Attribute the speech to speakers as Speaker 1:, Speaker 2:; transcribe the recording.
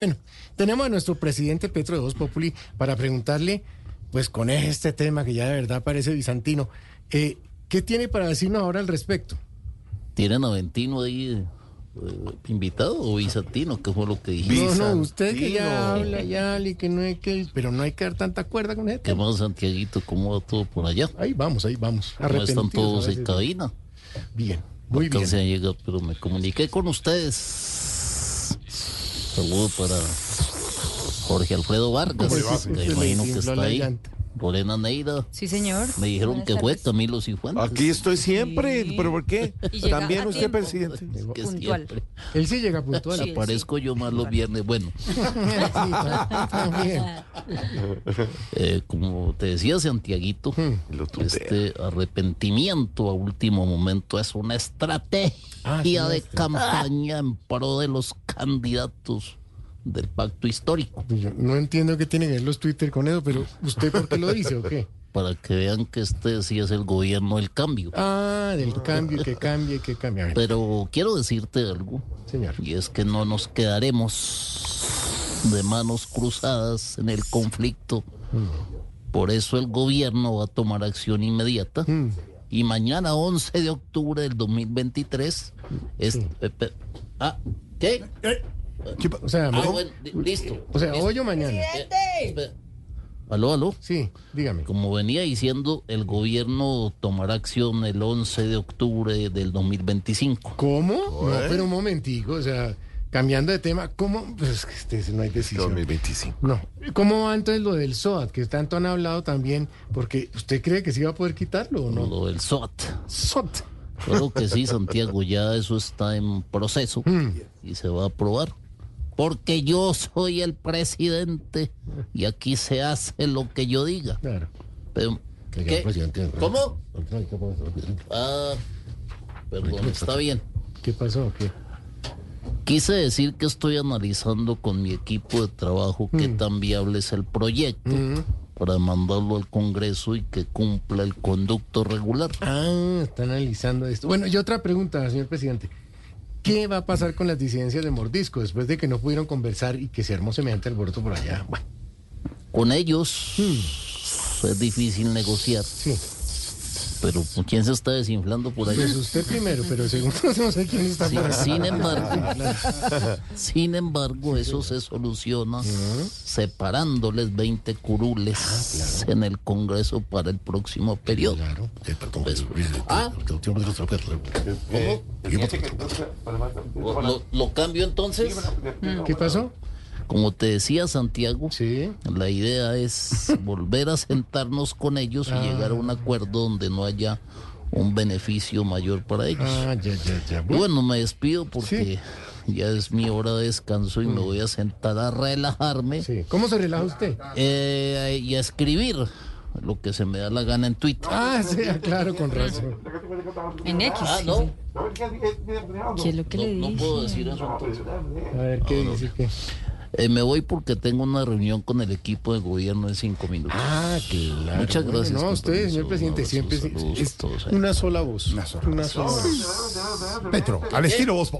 Speaker 1: Bueno, tenemos a nuestro presidente Petro de Voz Populi para preguntarle, pues con este tema que ya de verdad parece bizantino, eh, ¿qué tiene para decirnos ahora al respecto?
Speaker 2: ¿Tiene Aventino ahí eh, invitado o Bizantino? ¿Qué fue lo que dijiste?
Speaker 1: No, no, usted que ya
Speaker 2: Bizantino.
Speaker 1: habla, ya habla y que no hay que, pero no hay que dar tanta cuerda con
Speaker 2: ¿Qué
Speaker 1: este.
Speaker 2: más, Santiaguito? ¿Cómo va todo por allá?
Speaker 1: Ahí vamos, ahí vamos.
Speaker 2: ¿Cómo están
Speaker 1: Arrepentidos
Speaker 2: todos
Speaker 1: a
Speaker 2: en
Speaker 1: veces.
Speaker 2: cabina?
Speaker 1: Bien, muy bien.
Speaker 2: Alcancé a llegar, pero me comuniqué con ustedes. Saludo para Jorge Alfredo Vargas.
Speaker 1: ¿Cómo le va,
Speaker 2: Me
Speaker 1: señor?
Speaker 2: imagino
Speaker 1: Le
Speaker 2: que está
Speaker 1: infló la
Speaker 2: ahí.
Speaker 1: llanta.
Speaker 2: Lorena Neira.
Speaker 3: Sí, señor.
Speaker 2: Me dijeron
Speaker 3: Buenas
Speaker 2: que fue
Speaker 3: tardes.
Speaker 2: Camilo Cifuentes.
Speaker 4: Aquí estoy siempre,
Speaker 3: Sí.
Speaker 4: pero ¿por qué?
Speaker 3: Y llega
Speaker 4: También
Speaker 3: a
Speaker 4: usted,
Speaker 3: tiempo.
Speaker 4: presidente.
Speaker 2: Es que
Speaker 3: Puntual.
Speaker 2: siempre
Speaker 1: Él sí llega puntual.
Speaker 3: Sí.
Speaker 2: aparezco yo más los
Speaker 3: puntual.
Speaker 2: viernes. Bueno.
Speaker 1: Sí, también.
Speaker 2: Eh, como te decía Santiaguito,
Speaker 1: Hmm,
Speaker 4: lo tutea.
Speaker 2: este arrepentimiento a último momento es una estrategia
Speaker 1: Ah, sí, una
Speaker 2: de
Speaker 1: estrategia.
Speaker 2: campaña en pro de los candidatos del pacto histórico,
Speaker 1: Yo no entiendo qué tienen que ver los Twitter con eso, pero ¿usted por qué lo dice o qué?
Speaker 2: para que vean que este sí es el gobierno del cambio.
Speaker 1: Ah, del cambio, que cambie, que cambie. A ver,
Speaker 2: Pero quiero decirte algo,
Speaker 1: señor.
Speaker 2: Pues, y es que no nos quedaremos de manos cruzadas en el conflicto. Por eso el gobierno va a tomar acción inmediata.
Speaker 1: Mm.
Speaker 2: Y mañana, 11 de octubre del 2023, es. eh, pe- ah, ¿qué?
Speaker 1: O sea,
Speaker 2: Ah,
Speaker 1: mo-
Speaker 2: bueno, li- listo.
Speaker 1: o sea,
Speaker 2: listo.
Speaker 1: hoy o mañana.
Speaker 2: Espera. Aló, aló.
Speaker 1: Sí, dígame.
Speaker 2: Como venía diciendo, el gobierno tomará acción el 11 de octubre del 2025.
Speaker 1: ¿Cómo? No, pero un momentico, o sea, cambiando de tema, ¿cómo? Pues es que este, no hay decisión.
Speaker 4: 2025.
Speaker 1: No. ¿Cómo va entonces lo del SOAT, que tanto han hablado también? Porque ¿usted cree que sí va a poder quitarlo o no?
Speaker 2: Lo del SOAT.
Speaker 1: SOAT.
Speaker 2: Claro que sí, Santiago, ya eso está en proceso
Speaker 1: Mm. Hmm.
Speaker 2: y se va a aprobar. Porque yo soy el presidente y aquí se hace lo que yo diga.
Speaker 1: Claro.
Speaker 2: Pero, ¿qué? ¿Cómo? Ah, perdón, está bien.
Speaker 1: ¿Qué pasó? ¿Qué?
Speaker 2: Quise decir que estoy analizando con mi equipo de trabajo qué tan viable es el proyecto para mandarlo al Congreso y que cumpla el conducto regular.
Speaker 1: Ah, está analizando esto. Bueno, y otra pregunta, señor presidente. ¿Qué va a pasar con las disidencias de Mordisco después de que no pudieron conversar y que se armó semejante alboroto por allá? Bueno,
Speaker 2: Con ellos es difícil negociar,
Speaker 1: Hmm. sí.
Speaker 2: pero ¿quién se está desinflando por ahí?
Speaker 1: Pues usted primero, pero segundo no sé quién está
Speaker 2: Sin,
Speaker 1: por acá.
Speaker 2: sin embargo, sin embargo, eso se soluciona
Speaker 1: Ah.
Speaker 2: separándoles 20 curules en el Congreso para el próximo periodo.
Speaker 1: Claro.
Speaker 2: Ah. Eh, Lo, lo- lo cambio entonces.
Speaker 1: ¿Qué pasó?
Speaker 2: Como te decía Santiago,
Speaker 1: Sí.
Speaker 2: la idea es volver a sentarnos con ellos
Speaker 1: Ah.
Speaker 2: y llegar a un acuerdo donde no haya un beneficio mayor para ellos.
Speaker 1: Ah, ya, ya, ya.
Speaker 2: Y Bueno, me despido porque ya es mi hora de descanso y me voy a sentar a relajarme
Speaker 1: Sí. ¿Cómo se relaja usted?
Speaker 2: eh, y a escribir lo que se me da la gana en Twitter.
Speaker 1: Ah, sí, claro, con razón.
Speaker 3: En X.
Speaker 2: Ah,
Speaker 3: sí,
Speaker 2: no,
Speaker 3: sí. ¿Qué es lo que
Speaker 2: no,
Speaker 3: le
Speaker 2: no
Speaker 3: dije?
Speaker 2: puedo decir eso.
Speaker 1: A ver, ¿qué dice? ¿Qué?
Speaker 2: Eh, me voy porque tengo una reunión con el equipo de gobierno en cinco minutos.
Speaker 1: Ah, claro.
Speaker 2: Muchas
Speaker 1: Bueno,
Speaker 2: gracias,
Speaker 1: No, a usted,
Speaker 2: compromiso,
Speaker 1: señor presidente,
Speaker 2: un abrazo,
Speaker 1: siempre es,
Speaker 2: saludos a
Speaker 1: es
Speaker 2: todos ahí.
Speaker 1: una sola voz. Una sola voz.
Speaker 4: Petro, al estilo vos.